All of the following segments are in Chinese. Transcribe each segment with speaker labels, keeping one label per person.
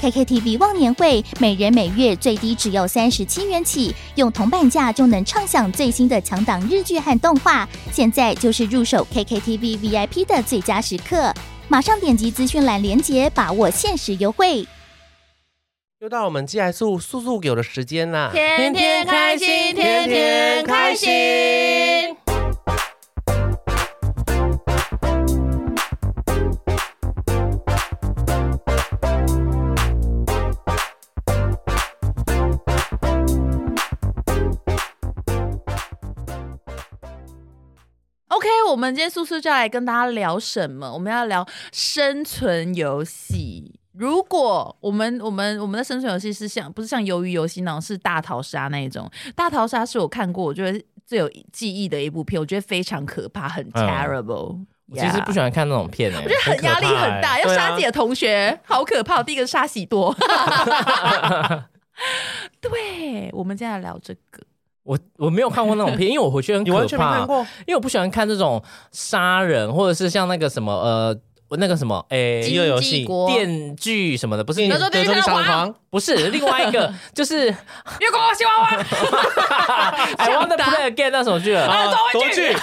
Speaker 1: KKTV 忘年会每人每月最低只要三十七元起，用铜板价就能畅享最新的强档日剧和动画。现在就是入手 KKTV VIP 的最佳时刻，马上点击资讯栏链接，把握限时优惠。
Speaker 2: 又到我们寄来素素素给我的时间啦！
Speaker 3: 天天开心，天天开心。OK，我们今天素素就来跟大家聊什么？我们要聊生存游戏。如果我们我们我们的生存游戏是像不是像鱿鱼游戏那种，是大逃杀那一种。大逃杀是我看过我觉得最有记忆的一部片，我觉得非常可怕，很 terrible、
Speaker 4: 我其实不喜欢看那种片诶、
Speaker 3: 我觉得很
Speaker 4: 可
Speaker 3: 压力
Speaker 4: 怕
Speaker 3: 很
Speaker 4: 欸
Speaker 3: 大，要
Speaker 2: 对
Speaker 3: 杀
Speaker 2: 啊
Speaker 3: 自己的同学，好可怕！我第一个杀喜多。对，我们今天来聊这个。
Speaker 4: 我我没有看过那种片，因为我回去很
Speaker 2: 你
Speaker 4: 可
Speaker 2: 完全没
Speaker 4: 怕
Speaker 2: 看，过？
Speaker 4: 因为我不喜欢看这种杀人或者是像那个什么呃那个什么诶、
Speaker 2: 饥饿游戏
Speaker 3: 经济国
Speaker 4: 电锯什么的，不是
Speaker 3: 你说
Speaker 2: 对
Speaker 3: 对上
Speaker 2: 上
Speaker 3: 皇
Speaker 2: 床，
Speaker 4: 不是另外一个 就是
Speaker 3: 月光西娃娃，
Speaker 4: I want to play again 那首剧了，
Speaker 2: 啊
Speaker 3: 夺
Speaker 2: 夺
Speaker 3: 去
Speaker 2: 去，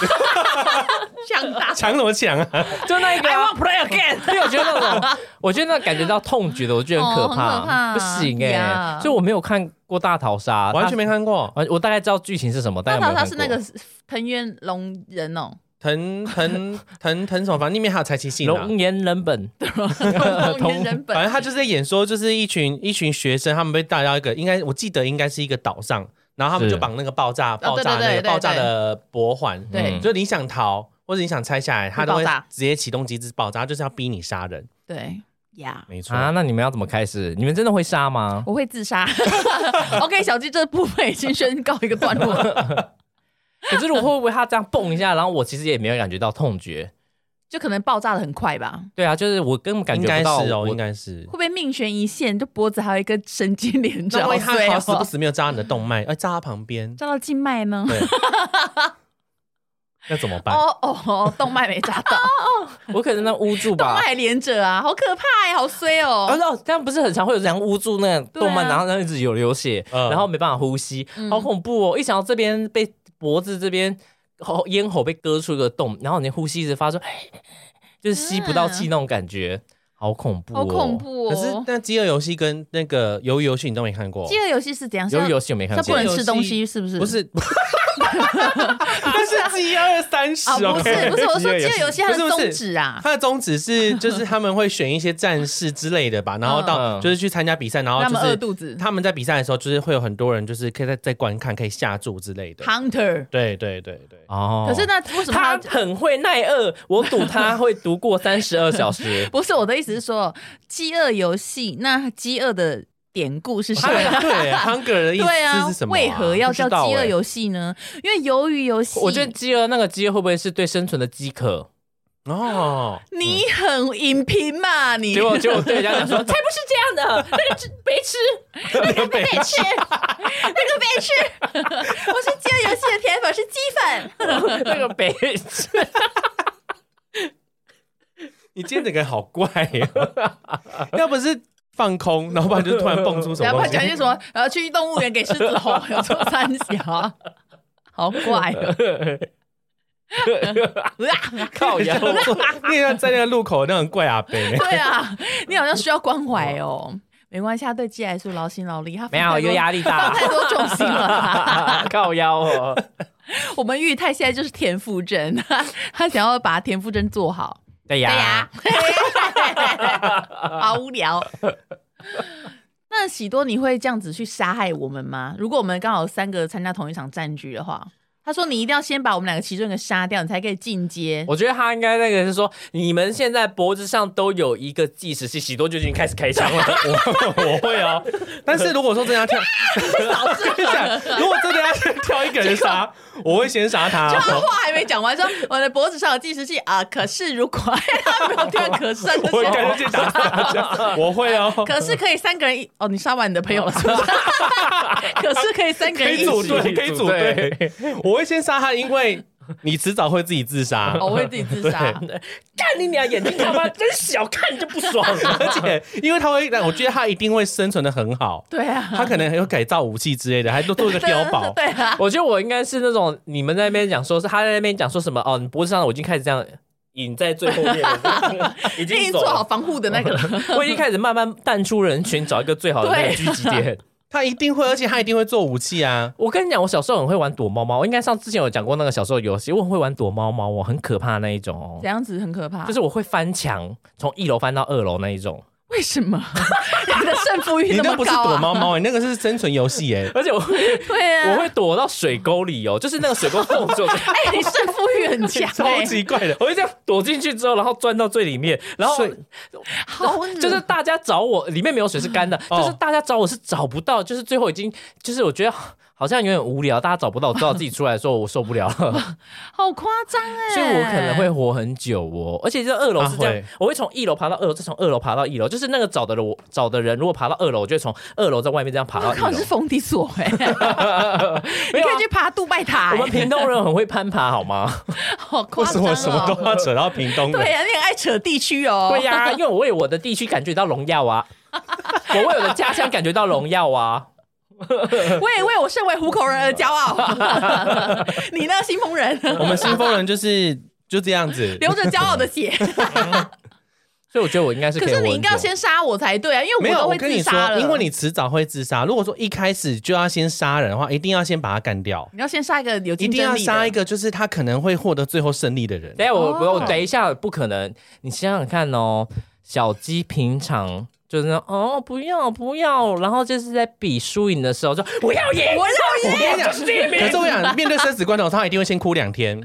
Speaker 3: 想打
Speaker 2: 抢什么抢 啊？
Speaker 4: 就那一个
Speaker 3: ，I
Speaker 4: 啊、
Speaker 3: want play again。
Speaker 4: 因为我觉得那种，我觉得那感觉到痛觉的，我觉得很可
Speaker 3: 哦
Speaker 4: 怕，
Speaker 3: 很可怕
Speaker 4: 不行哎、
Speaker 3: 呀
Speaker 4: 所以我没有看过大逃杀，
Speaker 2: 完全没看过。
Speaker 4: 大。我大概知道剧情是什么，但
Speaker 3: 大
Speaker 4: 有没
Speaker 3: 逃
Speaker 4: 有
Speaker 3: 杀
Speaker 4: 看
Speaker 3: 是那
Speaker 4: 过
Speaker 3: 个藤原龙人哦，
Speaker 2: 藤藤藤藤什么？反正里面还有柴崎幸啊。
Speaker 4: 龙岩人本，
Speaker 3: 藤原
Speaker 2: 反
Speaker 3: 人本
Speaker 2: 正他就是在演说，就是一群一群学生，他们被带到一个，应该我记得应该是一个岛上，然后他们
Speaker 4: 是
Speaker 2: 就绑那个爆炸
Speaker 3: 对
Speaker 2: 爆炸
Speaker 3: 哦对对
Speaker 2: 那个
Speaker 3: 对
Speaker 2: 爆炸的脖环，嗯
Speaker 3: 对
Speaker 2: 就是你想逃或者你想拆下来，他都
Speaker 3: 会
Speaker 2: 会
Speaker 3: 爆炸
Speaker 2: 直接启动机制爆炸，就是要逼你杀人，
Speaker 3: 对呀。
Speaker 2: 没错。
Speaker 4: 啊，那你们要怎么开始？你们真的会杀吗？
Speaker 3: 我会自杀。OK，小鸡这部分已经宣告一个段落了，
Speaker 4: 可是我会不会他这样蹦一下，然后我其实也没有感觉到痛觉？
Speaker 3: 就可能爆炸的很快吧，
Speaker 4: 对啊，就是我根本感
Speaker 2: 应
Speaker 4: 觉
Speaker 2: 该
Speaker 4: 不到
Speaker 2: 是哦，
Speaker 4: 我
Speaker 2: 应该是
Speaker 3: 会。不会命悬一线，就脖子还有一个神经连着，
Speaker 2: 那
Speaker 3: 好
Speaker 2: 万一他
Speaker 3: 衰
Speaker 2: 好
Speaker 3: 哦
Speaker 2: 死不死没有扎你的动脉，哎而扎他旁边，
Speaker 3: 扎到静脉呢？
Speaker 2: 对，那怎么办？
Speaker 3: 哦哦哦，动脉没扎到，
Speaker 4: 我可能那捂住
Speaker 3: 动
Speaker 4: 吧
Speaker 3: 脉。还连着啊，好可怕哎，好衰
Speaker 4: 啊，
Speaker 3: 哦。
Speaker 4: 那这样不是很常会有人捂住那个动
Speaker 3: 对啊
Speaker 4: 漫，
Speaker 3: 嗯
Speaker 4: 然后然后一直有流血，
Speaker 2: 嗯
Speaker 4: 然后没办法呼吸，好恐怖哦！一想到这边被脖子这边喉咽喉被割出一个洞，然后你呼吸一直发出，就是吸不到气那种感觉，好恐怖、
Speaker 3: 嗯
Speaker 4: 哦，
Speaker 3: 好恐！怖
Speaker 2: 可是
Speaker 3: 哦！
Speaker 2: 那饥饿游戏跟那个鱿鱼游戏你都没看过
Speaker 3: 饥，饿游戏是怎样？是
Speaker 4: 有
Speaker 3: 要
Speaker 4: 游戏有没看
Speaker 3: 是不
Speaker 4: 过？
Speaker 3: 能吃东西是不是？
Speaker 2: 不是，不是那是饥饿三十
Speaker 3: 啊，不是
Speaker 2: OK
Speaker 3: 不是，我说饥饿游戏它的
Speaker 2: 不是不
Speaker 3: 宗
Speaker 2: 是
Speaker 3: 旨啊，
Speaker 2: 他的宗旨是，就是他们会选一些战士之类的吧，然后到
Speaker 4: 嗯
Speaker 2: 就是去参加比赛，然后
Speaker 3: 让他
Speaker 2: 哦就
Speaker 3: 们饿
Speaker 2: 是
Speaker 3: 肚子。
Speaker 2: 他们在比赛的时候，就是会有很多人就是可以在在观看，可以下注之类的。
Speaker 3: Hunter，
Speaker 2: 对对对对，
Speaker 4: 哦，
Speaker 3: 可是那为什么
Speaker 4: 他
Speaker 3: 他。
Speaker 4: 很会耐饿，我赌他会读过三十二小时
Speaker 3: 不是我的意思是说，饥饿游戏那饥饿的典故是什
Speaker 2: 哦他们
Speaker 3: 么？
Speaker 2: 对 hunger 的意
Speaker 3: 对啊
Speaker 2: 思是什，么啊？
Speaker 3: 为何要叫
Speaker 4: 不知道
Speaker 3: 饥饿
Speaker 4: 欸
Speaker 3: 游戏呢？因为鱿鱼游戏，
Speaker 4: 我觉得饥饿那个饥饿会不会是对生存的饥渴？
Speaker 2: 哦？
Speaker 3: 你很影评嘛，你
Speaker 4: 结果结果对人家 讲说
Speaker 3: 才不是这样的，那个吃别吃，那个别吃，那个别吃。我是饥饿游戏的铁粉，是鸡粉。
Speaker 4: 那个北 吃，
Speaker 2: 你今天整个人好怪哦， 要不是放空，然后不然就突然蹦出什么
Speaker 3: 然后
Speaker 2: 东
Speaker 3: 他
Speaker 2: 西
Speaker 3: 讲。些什么？然后去动物园给狮子 吼，有做三小，好怪哦！
Speaker 4: 靠 腰，
Speaker 2: 你也像在那个路口那种怪 阿伯，
Speaker 3: 对啊，你好像需要关怀哦。没关系，他对寄来素劳心劳力，他
Speaker 4: 没有有
Speaker 3: 压
Speaker 4: 压力大
Speaker 3: 放，太多重心了。
Speaker 4: 靠腰哦。
Speaker 3: 我们玉泰现在就是田馥甄，他想要把田馥甄做好。
Speaker 4: 对
Speaker 3: 对
Speaker 4: 呀
Speaker 3: 呀，，好无聊。那 那喜多，你会这样子去杀害我们吗？如果我们刚好三个参加同一场战局的话，他说你一定要先把我们两个其中一个杀掉，你才可以进阶。
Speaker 4: 我觉得他应该那个是说，你们现在脖子上都有一个计时器，喜多就已经开始开枪 了。
Speaker 2: 我会哦。但是如果说真的要跳，我跟你讲， 如果真的要挑一个人 杀，我会先杀他
Speaker 3: 就他
Speaker 2: 哦，
Speaker 3: 话还没讲完，说我的脖子上有计时器啊，可是如果他没有第二可是，他就
Speaker 2: 我会
Speaker 3: 说
Speaker 2: 干脆去打他，我会 哦，
Speaker 3: 可是可以三个人一哦，你杀完你的 朋友了，是不是？可是可以三个
Speaker 2: 可
Speaker 3: 人
Speaker 2: 以
Speaker 3: 一
Speaker 2: 组
Speaker 3: 起。
Speaker 2: 队，可以组队，我会先杀他，因为你迟早会自己自杀。
Speaker 3: 哦，我会自己自杀。
Speaker 4: 看你俩眼睛他妈真小，看你就不爽。
Speaker 2: 而且，因为他会，我觉得他一定会生存的很好，
Speaker 3: 对啊，
Speaker 2: 他可能还有改造武器之类的，还都做一个碉堡。
Speaker 3: 对啊，
Speaker 4: 我觉得我应该是那种你们在那边讲说是他在那边讲说什么哦，你脖子上我已经开始这样引在最后面了，已
Speaker 3: 已经
Speaker 4: 经走
Speaker 3: 做好
Speaker 4: 了，
Speaker 3: 防护的那个了。
Speaker 4: 我已经开始慢慢淡出人群，找一个最好的那
Speaker 3: 对
Speaker 4: 个聚集点。
Speaker 2: 他一定会，而且他一定会做武器啊！
Speaker 4: 我跟你讲，我小时候很会玩躲猫猫，我应该上之前有讲过那个小时候游戏，我很会玩躲猫猫，我很可怕那一种哦
Speaker 3: 这，样子很可怕，
Speaker 4: 就是我会翻墙，从一楼翻到二楼那一种，
Speaker 3: 为什么 你的胜负欲
Speaker 2: 你
Speaker 3: 那
Speaker 2: 那
Speaker 3: 么
Speaker 2: 不是
Speaker 3: 高
Speaker 2: 躲
Speaker 3: 啊？
Speaker 2: 猫猫，你那个是生存游戏 哎。，
Speaker 4: 而且我会
Speaker 3: 对啊，
Speaker 4: 我会躲到水沟里哦，就是那个水沟缝就。。
Speaker 3: 哎，你胜负欲很强
Speaker 2: 超
Speaker 3: 哎
Speaker 2: 奇怪的
Speaker 4: 我就这样躲进去之后，然后钻到最里面，然后
Speaker 2: 水
Speaker 3: 好恶
Speaker 4: 就是大家找我，里面没有水是干的，
Speaker 2: 哦
Speaker 4: 就是大家找我是找不到，就是最后已经就是我觉得好像有点无聊，大家找不到，我知道自己出来的时候我受不了了，
Speaker 3: 好夸张哎，
Speaker 4: 所以我可能会活很久哦。而且这二楼是这
Speaker 2: 啊
Speaker 4: 样
Speaker 2: 会，
Speaker 4: 我会从一楼爬到二楼，再从二楼爬到一楼，就是那个找的人我找的人，如果爬到二楼，我就会从二楼在外面这样爬到
Speaker 3: 我
Speaker 4: 一
Speaker 3: 靠，
Speaker 4: 楼
Speaker 3: 你。是封底锁哎，你
Speaker 4: 没有
Speaker 3: 可
Speaker 4: 啊
Speaker 3: 以去爬杜拜塔，哎
Speaker 4: 我们屏东人很会攀爬，好吗？
Speaker 3: 好
Speaker 2: 为
Speaker 3: 夸
Speaker 2: 什
Speaker 3: 张
Speaker 2: 么
Speaker 3: 哦，
Speaker 2: 什么都要扯到屏东的？
Speaker 3: 对啊，你很爱扯地区 哦，
Speaker 4: 对呀、因为我为我的地区感觉到荣耀啊， 我为我的家乡感觉到荣耀啊。
Speaker 3: 我也为我身为虎口人而骄 傲。 你呢，新丰人，
Speaker 2: 我们新丰人 就是就这样子。
Speaker 3: 流着骄傲的血。
Speaker 4: 所以我觉得我应该是
Speaker 3: 可
Speaker 4: 以
Speaker 3: 是你
Speaker 4: 活
Speaker 3: 应该要
Speaker 4: 很久
Speaker 3: 先杀我才对啊，因为
Speaker 2: 没
Speaker 3: 我
Speaker 2: 有，
Speaker 3: 都
Speaker 2: 我
Speaker 3: 会
Speaker 2: 跟
Speaker 3: 自
Speaker 2: 你说
Speaker 3: 杀了。，
Speaker 2: 因为你迟早会自杀。如果说一开始就要先杀人的话，一定要先把他干掉，
Speaker 3: 你要先杀一个有
Speaker 2: 一
Speaker 3: 竞
Speaker 2: 定
Speaker 3: 争
Speaker 2: 要
Speaker 3: 力的，
Speaker 2: 杀一个就是他可能会获得最后胜利的人。
Speaker 4: 等一下我我
Speaker 3: 哦
Speaker 4: 我等一下，不可能。你想想看哦，小鸡平常就是那种哦不要不要，然后就是在比输赢的时候就我要赢，
Speaker 3: 我
Speaker 2: 我
Speaker 3: 让
Speaker 2: 跟你讲，
Speaker 4: 就是这
Speaker 2: 可是我想面对生死关头，他一定会先哭两 天。
Speaker 3: 你。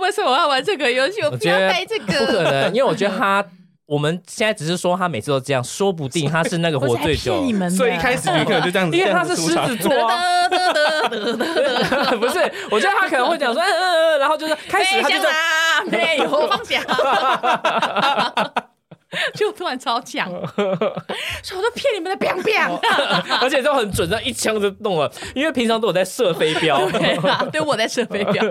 Speaker 3: 为什么我要玩这个游戏？我
Speaker 4: 我
Speaker 3: 不
Speaker 4: 觉
Speaker 3: 要
Speaker 4: 得
Speaker 3: 带这
Speaker 4: 不可
Speaker 3: 个。
Speaker 4: 能，因为我觉得他。我们现在只是说他每次都这样，说不定他是那个活
Speaker 3: 我才
Speaker 4: 最久
Speaker 3: 骗，你们的，
Speaker 2: 所以一开始你可能就这样子，
Speaker 4: 因为他
Speaker 2: 这样
Speaker 4: 是
Speaker 2: 子
Speaker 4: 狮
Speaker 2: 出场
Speaker 4: 子座、啊，
Speaker 3: 得得得得得
Speaker 4: 不是？我觉得他可能会讲说，嗯嗯嗯，然后就是开始
Speaker 3: 飞
Speaker 4: 他就
Speaker 3: 翔
Speaker 4: 在
Speaker 3: 啦，没有放下，就突然超强，所以我都骗你们的，biang biang，
Speaker 4: 而且都很准，这样一枪就弄了。因为平常都有在射飞镖，
Speaker 3: 对啊，对我在射飞镖。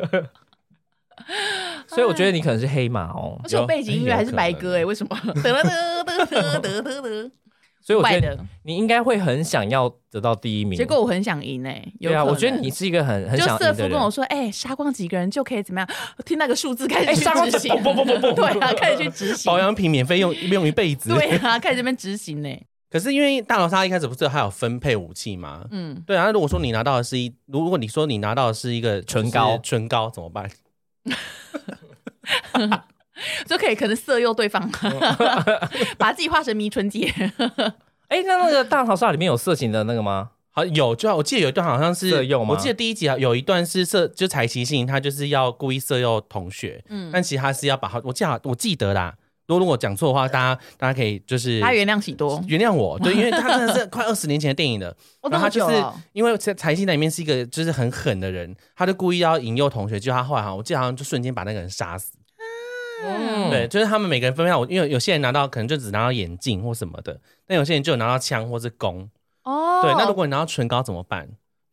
Speaker 4: 所以我觉得你可能是黑马哦。
Speaker 3: 而且我背景音乐还是白
Speaker 2: 有
Speaker 3: 鸽哎、为什么？得得得得得得得，
Speaker 4: 所以我觉
Speaker 3: 怪
Speaker 4: 得
Speaker 3: 的
Speaker 4: 你应该会很想要得到第一名。
Speaker 3: 结果我很想赢哎、欸，有
Speaker 4: 对啊，
Speaker 3: 可能
Speaker 4: 我觉得你是一个很很
Speaker 3: 就
Speaker 4: 想
Speaker 3: 瑟
Speaker 4: 赢
Speaker 3: 夫
Speaker 4: 的
Speaker 3: 跟我
Speaker 4: 人。
Speaker 3: 说，哎、杀光几个人就可以怎么样？听那个数字开
Speaker 4: 哎
Speaker 3: 始去
Speaker 4: 杀光
Speaker 3: 执
Speaker 4: 几
Speaker 3: 行，
Speaker 4: 不不不不不
Speaker 3: 对啊，开始去执 行
Speaker 2: 保，养品免费用用一辈子。
Speaker 3: 对啊，开始这边执行呢、
Speaker 2: 可是因为大逃杀一开始不是还有分配武器吗？
Speaker 3: 嗯，
Speaker 2: 对啊，那如果说你拿到的是一，如果你说你拿到的是一个
Speaker 4: 唇膏
Speaker 2: 就是唇膏怎么办？
Speaker 3: 就可以可能色诱 对方，把自己化成迷春姐，
Speaker 4: 哎，那那个大逃杀里面有色情的那个吗？
Speaker 2: 好有，就好我记得有一段好像是
Speaker 4: 色诱吗
Speaker 2: 我记得第一集啊，有一段是色，就柴崎幸他就是要故意色诱同学，
Speaker 3: 嗯
Speaker 2: 但其实他是要把他，我记得我记得啦。如果如果我讲错的话，大家大家可以就是
Speaker 3: 他原谅喜多，
Speaker 2: 原谅我，对，因为他真的 是快二十年前的电影了。
Speaker 3: 哦我
Speaker 2: 然后他
Speaker 3: 久
Speaker 2: 就是
Speaker 3: 了
Speaker 2: 因为柴柴信那里面是一个就是很狠的人，他就故意要引诱同学，就他后来好像我记得好像就瞬间把那个人杀死。
Speaker 4: 嗯，
Speaker 2: 对，，就是他们每个人分配到，因为有些人拿到可能就只拿到眼镜或什么的，那有些人就有拿到枪或是弓。
Speaker 3: 哦，
Speaker 2: 对，那如果你拿到唇膏怎么办？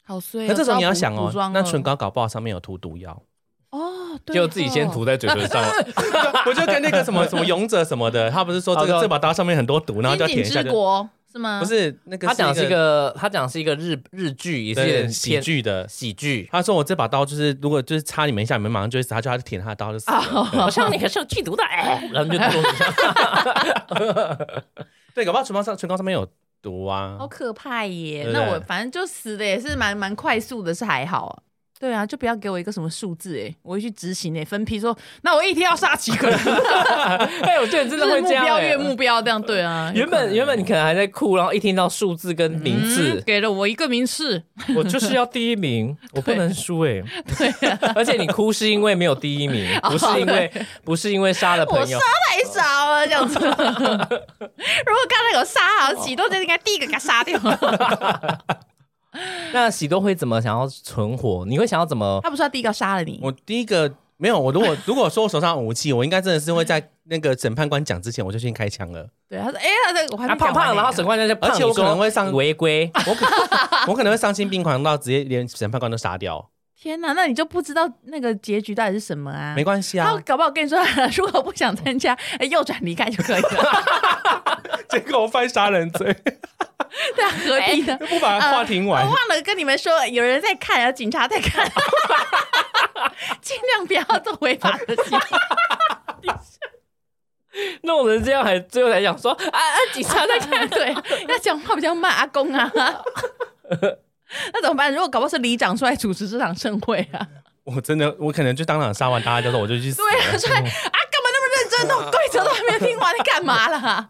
Speaker 3: 好
Speaker 4: 哎
Speaker 3: 衰哦，
Speaker 2: 那这时候你要
Speaker 3: 糟
Speaker 2: 想
Speaker 3: 补
Speaker 2: 哦
Speaker 3: 补，妆
Speaker 2: 那
Speaker 3: 了
Speaker 2: 唇膏搞不好上面有涂毒药，
Speaker 3: 哦，对
Speaker 4: 就自己先
Speaker 3: 哦
Speaker 4: 涂在嘴唇上了。
Speaker 2: 我就跟那个什么什么勇者什么的，他不是说这
Speaker 4: 好
Speaker 2: 个
Speaker 4: 的
Speaker 2: 这把刀上面很多毒，然后就要
Speaker 3: 天井
Speaker 2: 舔一下
Speaker 3: 之
Speaker 2: 就。
Speaker 3: 国是吗？
Speaker 2: 不是那个，
Speaker 4: 他讲的是一个，他讲的是一个日日剧，也是有
Speaker 2: 对
Speaker 4: 点
Speaker 2: 喜
Speaker 4: 偏
Speaker 2: 剧的。
Speaker 4: 喜剧。
Speaker 2: 他说我这把刀就是，如果就是插你们一下，你们马上就会死，他就要舔他的刀就死了。
Speaker 3: 哦
Speaker 4: 我上面可是有剧毒的，哎， 然后就动一下。
Speaker 2: 对，搞不好唇膏上唇膏上面有毒啊
Speaker 3: 好。可怕耶！
Speaker 2: 对不
Speaker 3: 那我
Speaker 2: 对
Speaker 3: 反正就死的也是蛮蛮快速的，是还好啊。对啊，就不要给我一个什么数字哎、我会去执行哎、分批说，那我一天要杀几个人，
Speaker 4: 哎，我觉得你真
Speaker 3: 就
Speaker 4: 的
Speaker 3: 是
Speaker 4: 会
Speaker 3: 目
Speaker 4: 这样
Speaker 3: 标
Speaker 4: 欸。
Speaker 3: 月目标这样对啊。
Speaker 4: 原本原本你可能还在哭，然后一听到数字跟名
Speaker 3: 嗯
Speaker 4: 字，
Speaker 3: 给了我一个名次，
Speaker 4: 我就是要第一 名，我不能输哎、
Speaker 3: 对啊， 哦
Speaker 4: 而且你哭是因为没有第一名，不是因为不是因为杀了
Speaker 3: 我
Speaker 4: 朋
Speaker 3: 杀
Speaker 4: 友，
Speaker 3: 太少了这样 子。如果刚才有杀好几多，就应该第一个给他杀 掉。
Speaker 4: 那喜多会怎么想要存活？你会想要怎么？
Speaker 3: 他不是他第一个杀了你，
Speaker 2: 我第一个没有，我如果如果说我手上有武器，我应该真的是会在那个审判官讲之前，我就先开枪了。
Speaker 3: 对，他说哎，他在我还
Speaker 4: 他
Speaker 3: 没讲
Speaker 4: 胖
Speaker 3: 完
Speaker 4: 啊胖的，
Speaker 3: 呢
Speaker 4: 然后沈冠家就胖，
Speaker 2: 而且我可能会上
Speaker 4: 你说违规，
Speaker 2: 我可我可能会丧心病狂到直接连审判官都杀掉，
Speaker 3: 天哪，那你就不知道那个结局到底是什么啊？
Speaker 2: 没关系
Speaker 3: 他
Speaker 2: 啊。
Speaker 3: 搞不好跟你说， 如果不想参加，哎右转离开就可以 了。
Speaker 2: 结果我犯杀人 罪，
Speaker 3: 对啊，何必呢？
Speaker 2: 不把话听
Speaker 3: 我
Speaker 2: 完。
Speaker 3: 忘了跟你们说，有人在看，然后警察在看， 尽量不要做违法的事情。
Speaker 4: 弄成这样还最后才想说啊啊，警 察在看。
Speaker 3: 对，要讲话比较慢，阿公 啊。那怎么办？如果搞不好是里长出来主持这场盛会啊？
Speaker 2: 我真的，我可能就当场杀完大家之后，我就去死
Speaker 3: 对啊，
Speaker 2: 了。
Speaker 3: 出来啊，干嘛那么认真弄？规则都还没有听完，你干嘛啦？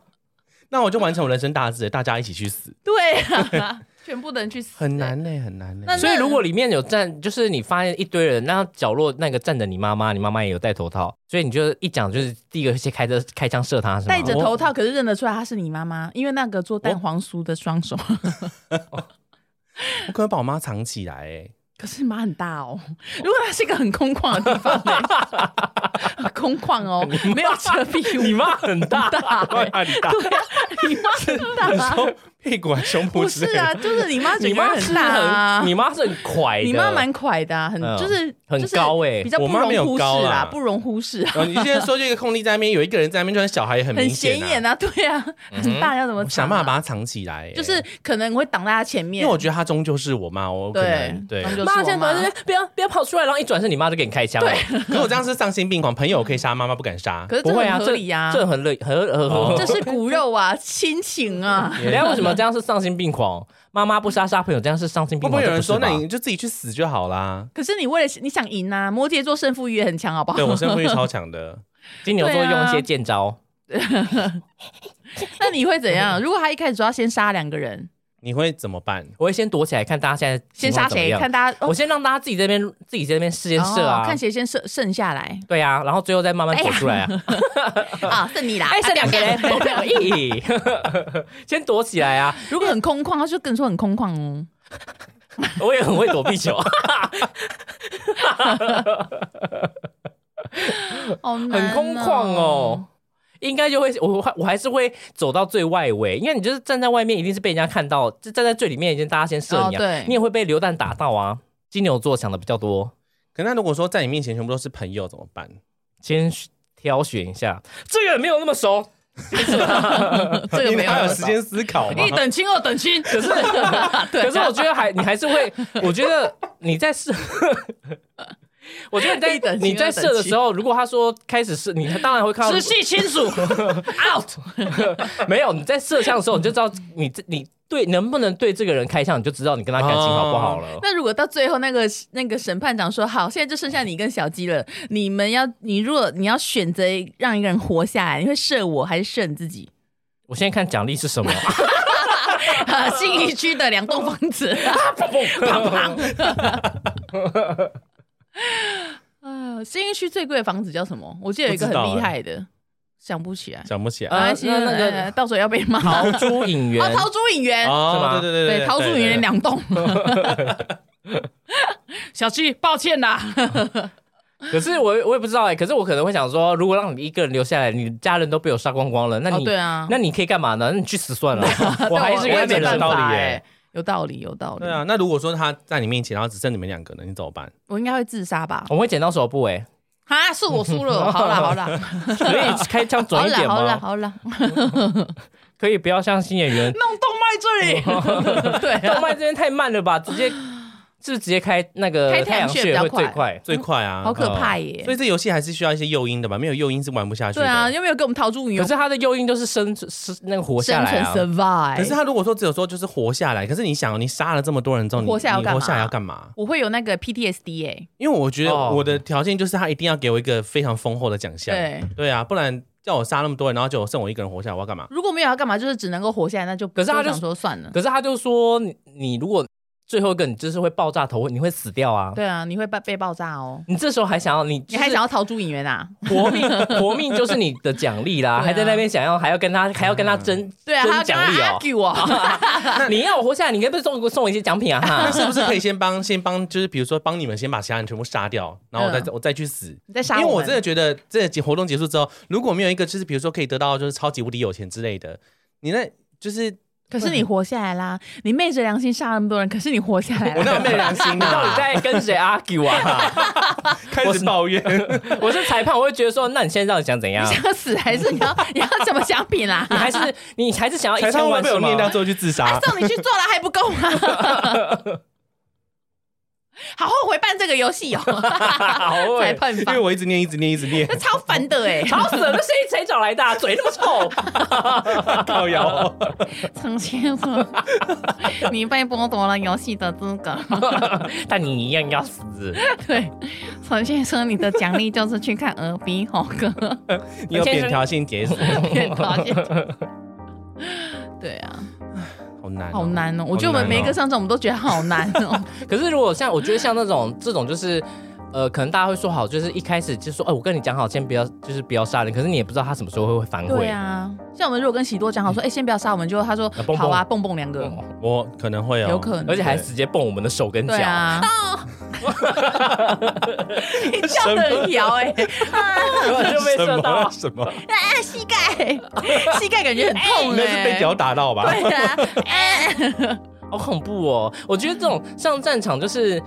Speaker 2: 那我就完成我人生大志了，大家一起去死，
Speaker 3: 对啊，全部的人去死，
Speaker 2: 很难嘞，很难嘞。
Speaker 3: 那
Speaker 4: 所以如果里面有站，就是你发现一堆人，那角落那个站着你妈妈，你妈妈也有戴头套，所以你就一讲就是第一个先开着开枪射他，是吗？
Speaker 3: 戴着头套，可是认得出来她是你妈妈，因为那个做蛋黄酥的双手。
Speaker 2: 我可能把我妈藏起来、欸，
Speaker 3: 可是妈很大哦，如果它是一个很空旷的地方呢， 很空旷哦，没有遮蔽物，
Speaker 4: 你妈很 大，
Speaker 3: 大欸
Speaker 2: 阿里大，
Speaker 3: 你妈很大
Speaker 2: 你
Speaker 3: 啊，
Speaker 2: 说屁股还是胸
Speaker 3: 不
Speaker 2: 部之
Speaker 3: 是
Speaker 2: 类
Speaker 3: 啊，
Speaker 2: 的，
Speaker 3: 就是你妈
Speaker 4: 你
Speaker 3: 嘴巴
Speaker 4: 妈
Speaker 3: 很
Speaker 4: 是
Speaker 3: 大啊
Speaker 4: 很，你妈是很快的，
Speaker 3: 你妈蛮快的啊，很
Speaker 4: 嗯
Speaker 3: 就是
Speaker 4: 很
Speaker 3: 就是
Speaker 4: 高欸
Speaker 3: 比较不
Speaker 2: 我妈没
Speaker 3: 容
Speaker 2: 有
Speaker 3: 忽视
Speaker 2: 高
Speaker 3: 啦
Speaker 2: 啦，
Speaker 3: 不容忽视啊，
Speaker 2: 然后你现在说这个空地在那边，有一个人在那边，就是小孩也很
Speaker 3: 很
Speaker 2: 明
Speaker 3: 显眼
Speaker 2: 啊，
Speaker 3: 啊， 对啊，很大要怎么
Speaker 2: 我
Speaker 3: 藏啊
Speaker 2: 想办法把它藏起来、欸，
Speaker 3: 就是可能会挡在她前面，
Speaker 2: 因为我觉得她终究是我妈，我可能对
Speaker 3: 对，。那就是
Speaker 4: 妈
Speaker 3: 我
Speaker 4: 现在不要不要跑出来，然后一转身你妈就给你开枪了。
Speaker 2: 可我这样是丧心病狂，朋友我可以杀，妈妈不敢杀
Speaker 3: 可。是这
Speaker 4: 不会啊，
Speaker 3: 很合
Speaker 4: 这
Speaker 3: 理呀，
Speaker 4: 这很乐很很
Speaker 2: 哦
Speaker 4: 很。
Speaker 3: 这是骨肉啊，亲情啊，
Speaker 4: 人家为什么这样是丧心病狂？妈妈不杀杀朋友，这样是丧心
Speaker 2: 会不
Speaker 4: 病狂。
Speaker 2: 会有人
Speaker 4: 这
Speaker 2: 说，
Speaker 4: 不
Speaker 2: 那
Speaker 4: 是吧
Speaker 2: 你就自己去死就好啦？
Speaker 3: 可是你为了你想赢啊，摩羯座胜负欲也很强，好不好？
Speaker 2: 对我胜负欲超强的，
Speaker 4: 金牛座
Speaker 3: 对啊
Speaker 4: 用一些剑招？
Speaker 3: 那你会怎样？如果他一开始说要先杀两个人，
Speaker 2: 你会怎么办？
Speaker 4: 我会先躲起来，看大家现在
Speaker 3: 先
Speaker 4: 情况
Speaker 3: 杀
Speaker 4: 怎么
Speaker 3: 谁？
Speaker 4: 样
Speaker 3: 看大家，哦
Speaker 4: 我先让大家自己这边自己在那边试验射
Speaker 3: 哦，
Speaker 4: 啊
Speaker 3: 看谁先射剩下来
Speaker 4: 对啊，然后最后再慢慢
Speaker 3: 哎
Speaker 4: 走
Speaker 3: 呀
Speaker 4: 出来啊。
Speaker 3: 啊，剩你啦，
Speaker 4: 哎，
Speaker 3: 啊
Speaker 4: 剩两 个人，不要意，先躲起来啊！
Speaker 3: 如果很空旷，他就跟你说很空旷哦。
Speaker 4: 我也很会躲 避球，
Speaker 3: 哦，
Speaker 4: 很空旷哦。。应该就会，我我我还是会走到最外围，因为你就是站在外面，一定是被人家看到，就站在最里面，已经大家先射你、
Speaker 3: 哦
Speaker 4: 啊
Speaker 3: 对
Speaker 4: 你也会被流弹打到啊。金牛座想的比较多，
Speaker 2: 可那如果说在你面前全部都是朋友怎么办？
Speaker 4: 先挑选一下，这个人没有那么熟，
Speaker 3: 这个
Speaker 2: 你
Speaker 3: 没
Speaker 2: 哪有
Speaker 3: 有
Speaker 2: 时间思考吗
Speaker 3: 一？等亲二等亲， 可是
Speaker 4: 可是我觉得还 你还是会，我觉得你在射，我觉得你
Speaker 3: 一
Speaker 4: 在
Speaker 3: 等亲
Speaker 4: 你在射的时候，如果他说开始射，你当然会看到
Speaker 3: 直系亲 属 out。
Speaker 4: 没有，你在射枪的时候，你就知道你这你对能不能对这个人开枪，你就知道你跟他感情好不好了。
Speaker 3: 那如果到最后那个那个审判长说好，现在就剩下你跟小鸡了，你们要你如果你要选择让一个人活下来，你会射我还是射你自己？
Speaker 4: 我现在看奖励 是什么，
Speaker 3: 呃， 信义区的两栋房子，呃，新一区最贵的房子叫什么？我记得有一个很
Speaker 2: 不知道
Speaker 3: 厉害的，想不起来。
Speaker 2: 想不起来。
Speaker 4: 呃
Speaker 3: 没关系
Speaker 4: 那那个
Speaker 3: 呃到时候要被骂。
Speaker 4: 桃
Speaker 3: 哦，
Speaker 4: 珠影园，
Speaker 3: 桃竹影园，
Speaker 4: 是
Speaker 2: 哦
Speaker 4: 吗，
Speaker 2: 对对
Speaker 3: 呃对，
Speaker 2: 对，
Speaker 3: 桃竹影
Speaker 2: 对
Speaker 3: 园。两栋。 小七，抱歉啦，
Speaker 4: 可是我我也不知道哎、可是我可能会想说，如果让你一个人留下来，你家人都被我杀光光了，那
Speaker 3: 哦
Speaker 4: 你、
Speaker 3: 对啊
Speaker 4: 那你可以干嘛呢？那你去死 算了，
Speaker 3: 但
Speaker 4: 我还是
Speaker 2: 我
Speaker 4: 跟
Speaker 2: 也
Speaker 4: 别
Speaker 2: 没
Speaker 4: 人
Speaker 2: 办法
Speaker 3: 哎
Speaker 2: 道理耶
Speaker 3: 有道理，有道理
Speaker 2: 对。啊，那如果说他在你面前，然后只剩你们两个了，你怎么办？
Speaker 3: 我应该会自杀 吧？
Speaker 4: 我们会剪刀手部哎、
Speaker 3: 啊，是我输 了，好啦，好啦，
Speaker 4: 可以开枪 准
Speaker 3: 好
Speaker 4: 一
Speaker 3: 啦，
Speaker 4: 点
Speaker 3: 好啦，
Speaker 4: 吗？
Speaker 3: 好啦，
Speaker 4: 可以 不要像新演员哎
Speaker 3: 弄动脉这里，对啊
Speaker 4: 动，脉这边太慢了吧，直接是不是直接开那个
Speaker 3: 开太
Speaker 4: 太
Speaker 3: 阳
Speaker 4: 阳
Speaker 3: 穴
Speaker 4: 穴
Speaker 3: 比
Speaker 4: 会
Speaker 3: 较
Speaker 4: 最
Speaker 3: 快
Speaker 4: 快？
Speaker 2: 最快啊，
Speaker 3: 好可怕
Speaker 2: 嗯
Speaker 3: 耶
Speaker 2: 所！以这游戏还是需要一些诱因的吧？没有诱因是玩不下去的。
Speaker 3: 对啊，又没有给我们逃出女
Speaker 4: 可是它的诱因就是生是那个活
Speaker 3: 生
Speaker 4: 下来
Speaker 3: 存
Speaker 4: 啊。
Speaker 3: survive。
Speaker 2: 可是他如果说只有说就是活下来，可是你想哦，你杀了这么多人之后，你
Speaker 3: 活下来要
Speaker 2: 你
Speaker 3: 干嘛
Speaker 2: 活下来要干嘛？
Speaker 3: 我会有那个 PTSD 哎、
Speaker 2: 因为我觉得
Speaker 4: 哦
Speaker 2: 我的条件就是他一定要给我一个非常丰厚的奖项。
Speaker 3: 对，
Speaker 2: 对啊，不然叫我杀那么多人，然后就剩我一个人活下来，我要干 嘛？
Speaker 3: 如果没有要干嘛，就是只能够活下来，那就
Speaker 4: 可是他就
Speaker 3: 想说算了。
Speaker 4: 可是他就说你你如果最后一个你就是会爆炸头，你会死掉啊。
Speaker 3: 对啊，你会被被爆炸哦。
Speaker 4: 你这时候还想要你、就是
Speaker 3: 你还想要逃出影院啊？
Speaker 4: 活命，活命就是你的奖励
Speaker 3: 对
Speaker 4: 啦，
Speaker 3: 啊嗯
Speaker 4: 还在那边想要还要跟他还要跟他争、
Speaker 3: 对啊，他要
Speaker 4: 争
Speaker 3: 跟
Speaker 4: 奖励
Speaker 3: 他
Speaker 4: 哦。
Speaker 3: argue 我。
Speaker 4: 你要我活下来，你可以不是送我送我一些奖品啊？哈
Speaker 2: 那 是不是可以先帮先帮，就是比如说帮你们先把其他人全部杀掉，然后我再、我再去死？
Speaker 3: 你嗯在杀
Speaker 2: 因为
Speaker 3: 我
Speaker 2: 我
Speaker 3: 们
Speaker 2: 真的觉得这个节活动结束之后，如果没有一个就是比如说可以得到就是超级无敌有钱之类的，你那就是
Speaker 3: 可是你活下来啦，你昧着良心杀了那么多人，可是你活下来
Speaker 2: 我
Speaker 3: 了。
Speaker 2: 那没良心
Speaker 4: 你到底
Speaker 2: 啊！
Speaker 4: 在跟谁 argue 啊？
Speaker 2: 开始抱怨，
Speaker 4: 我是裁判，我会觉得说，那你现在到底想怎 样
Speaker 3: 你？想死还是你要 你要什么奖品 啦、
Speaker 4: 你还是你还是想要
Speaker 2: 才
Speaker 4: 一
Speaker 2: 他
Speaker 4: 千
Speaker 2: 会
Speaker 4: 万
Speaker 2: 被我
Speaker 4: 是吗
Speaker 2: 念？到最后去自
Speaker 3: 还
Speaker 2: 杀。
Speaker 3: 送你去做了还不够吗？ 好后悔办这个游戏哦，
Speaker 4: 好欸
Speaker 3: 裁 判
Speaker 2: 因
Speaker 3: 吧
Speaker 2: 为，我一直念，一直念，一直 念
Speaker 3: 这，超烦的哎、
Speaker 4: 吵死了！那声音谁找来的 啊？嘴那么臭，
Speaker 2: 靠腰。
Speaker 3: 陈先生， 你被剥夺了游戏的资格。
Speaker 4: 但你一样要死。
Speaker 3: 对，陈先生，你的奖励就是去看鹅鼻猴 哥。
Speaker 2: 你有扁条性解锁，
Speaker 3: 对啊，
Speaker 2: 好难哦，
Speaker 3: 好难哦！我觉得我
Speaker 2: 好难哦
Speaker 3: 们每一个上阵，我们都觉得好难哦。
Speaker 4: 可是如果像我觉得像那种这种就是。呃，可能大家会说好，就是一开始就说，哎、我跟你讲好，先不要，就是不要杀人。可是你 也不知道他什么时候会会反悔。
Speaker 3: 对啊，像我们如果跟喜多讲好说，哎，先不要杀我们，就他说
Speaker 4: 啊蹦蹦
Speaker 3: 好啊，蹦蹦两个，
Speaker 4: 嗯
Speaker 2: 我可能会哦，
Speaker 3: 有可能。
Speaker 4: 而且还直接蹦我们的手跟脚。
Speaker 3: 对 啊，你笑得很摇 哎，
Speaker 4: 就被 射到，
Speaker 2: 什么？
Speaker 3: 啊膝盖， 膝盖感觉很 痛哎，
Speaker 2: 那是被屌打到吧？
Speaker 3: 对啊，哎
Speaker 4: 好恐怖哦！我觉得这种上战场就是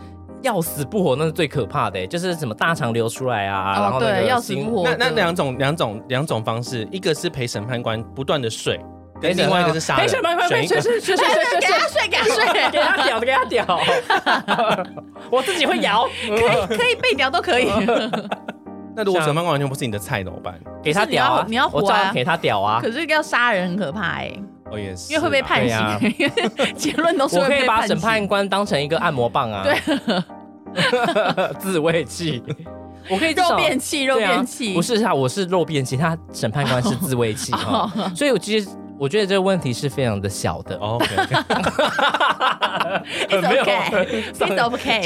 Speaker 4: 要死不活，那是最可怕的欸，就是什么大肠流出来啊，然
Speaker 3: 哦
Speaker 4: 后那
Speaker 3: 对，
Speaker 4: 个
Speaker 3: 要死不
Speaker 4: 心
Speaker 3: 活
Speaker 2: 那
Speaker 3: 的。
Speaker 2: 那两种两种两种方式，一个是陪审判官不断的睡，
Speaker 4: 陪
Speaker 2: 跟
Speaker 4: 审
Speaker 2: 另外一个是 杀人，
Speaker 4: 陪审判，
Speaker 2: 选
Speaker 4: 陪
Speaker 2: 一个
Speaker 4: 审，去去去去
Speaker 3: 对对给
Speaker 4: 去
Speaker 3: 他睡，给他睡，
Speaker 4: 给哎他屌，给他屌， 我自己会摇，
Speaker 3: 可以可以被屌都可 以。
Speaker 4: 啊
Speaker 2: 那如果审判官完全不是你的菜怎么办？
Speaker 4: 给他屌啊，
Speaker 3: 你要你要活
Speaker 4: 我照
Speaker 3: 啊
Speaker 4: 样给他屌啊，
Speaker 3: 可是要杀人很可怕哎、
Speaker 2: 哦也是啦，
Speaker 3: 因为会被判刑，
Speaker 4: 啊
Speaker 3: 因为 结论都是
Speaker 4: 我
Speaker 3: 会
Speaker 4: 可以
Speaker 3: 被
Speaker 4: 把
Speaker 3: 判
Speaker 4: 审
Speaker 3: 刑。
Speaker 4: 判官当成一个按摩棒啊，对， 自慰器，我可以至
Speaker 3: 肉
Speaker 4: 少
Speaker 3: 变器，肉
Speaker 4: 对啊
Speaker 3: 变器，
Speaker 4: 不是他，我是肉变器，他审判官是自慰 器
Speaker 3: 哦
Speaker 4: 哈、所以我其实我觉得这个问题是非常的小的。
Speaker 2: 哦。OK，OK
Speaker 3: ，it's
Speaker 4: 没有
Speaker 3: okay，it's okay。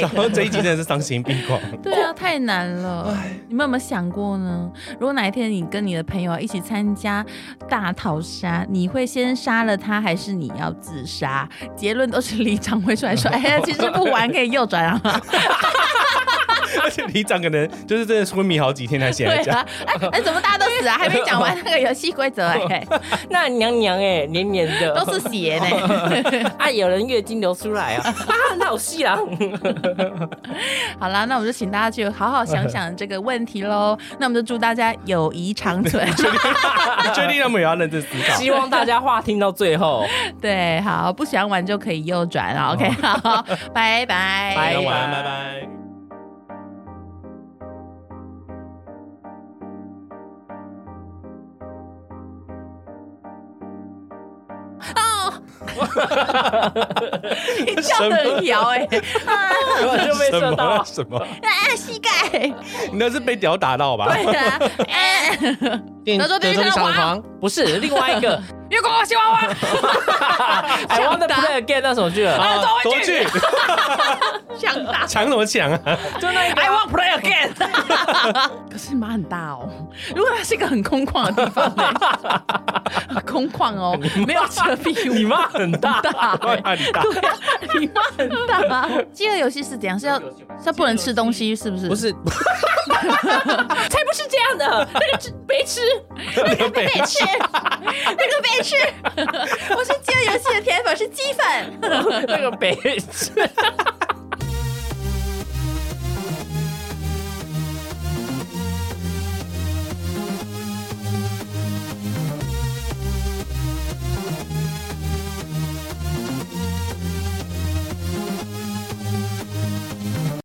Speaker 2: 然后这一集真的是丧心病狂，
Speaker 3: 哎对啊，太难了。你们有没有想过呢？如果哪一天你跟你的朋友一起参加大逃杀，你会先杀了他，还是你要自杀？结论都是李长辉出来说：“哎呀，其实不玩可以右转啊。”
Speaker 2: 而 且里长可能就是真的昏迷好几天才醒来
Speaker 3: 对
Speaker 2: 讲。
Speaker 3: 啊，哎、哎，怎么大家都死啊？还没讲完那个游戏规则哎，
Speaker 4: 那娘娘哎、黏黏的，
Speaker 3: 都是血呢。
Speaker 4: 啊，有人月经流出来啊，啊，老戏 啦。
Speaker 3: 好啦，那我们就请大家去好好想想这个问题喽。那我们就祝大家友谊长 存。
Speaker 2: 你确定他们也要认真思考？
Speaker 4: 希望大家话听到最后，
Speaker 3: 对，好，不喜欢玩就可以右转了。OK，好， 拜拜，
Speaker 4: 拜
Speaker 2: 那晚安，拜拜。
Speaker 3: 你叫的很摇哎、
Speaker 4: 就被射到。
Speaker 2: 什么？
Speaker 3: 啊，膝盖，
Speaker 2: 你那是被屌打到吧？
Speaker 3: 对啊，哎、德州地区上的
Speaker 2: 房，
Speaker 4: 不是另外一个
Speaker 3: 月光西娃娃，
Speaker 4: I wanna play again 那首 剧了，
Speaker 2: 啊夺去，
Speaker 3: 想打。
Speaker 2: 抢什么抢啊？
Speaker 4: 就那一个
Speaker 3: I want play again 。可是马很大哦，如果它是一个很空旷的地方呢， 很空旷哦，没有遮蔽物。
Speaker 4: 你妈很大，
Speaker 3: 大 欸、
Speaker 2: 啊，你大。
Speaker 3: 对啊，你妈很大、饥饿游戏是怎样？是要是要不能吃东西，是不是？
Speaker 2: 不，是，
Speaker 3: 才不是这样的， 那个吃没吃，
Speaker 2: 那个被
Speaker 3: 没吃， 那个没吃。 我是饥饿游戏的甜粉，是鸡粉。
Speaker 4: 那个北，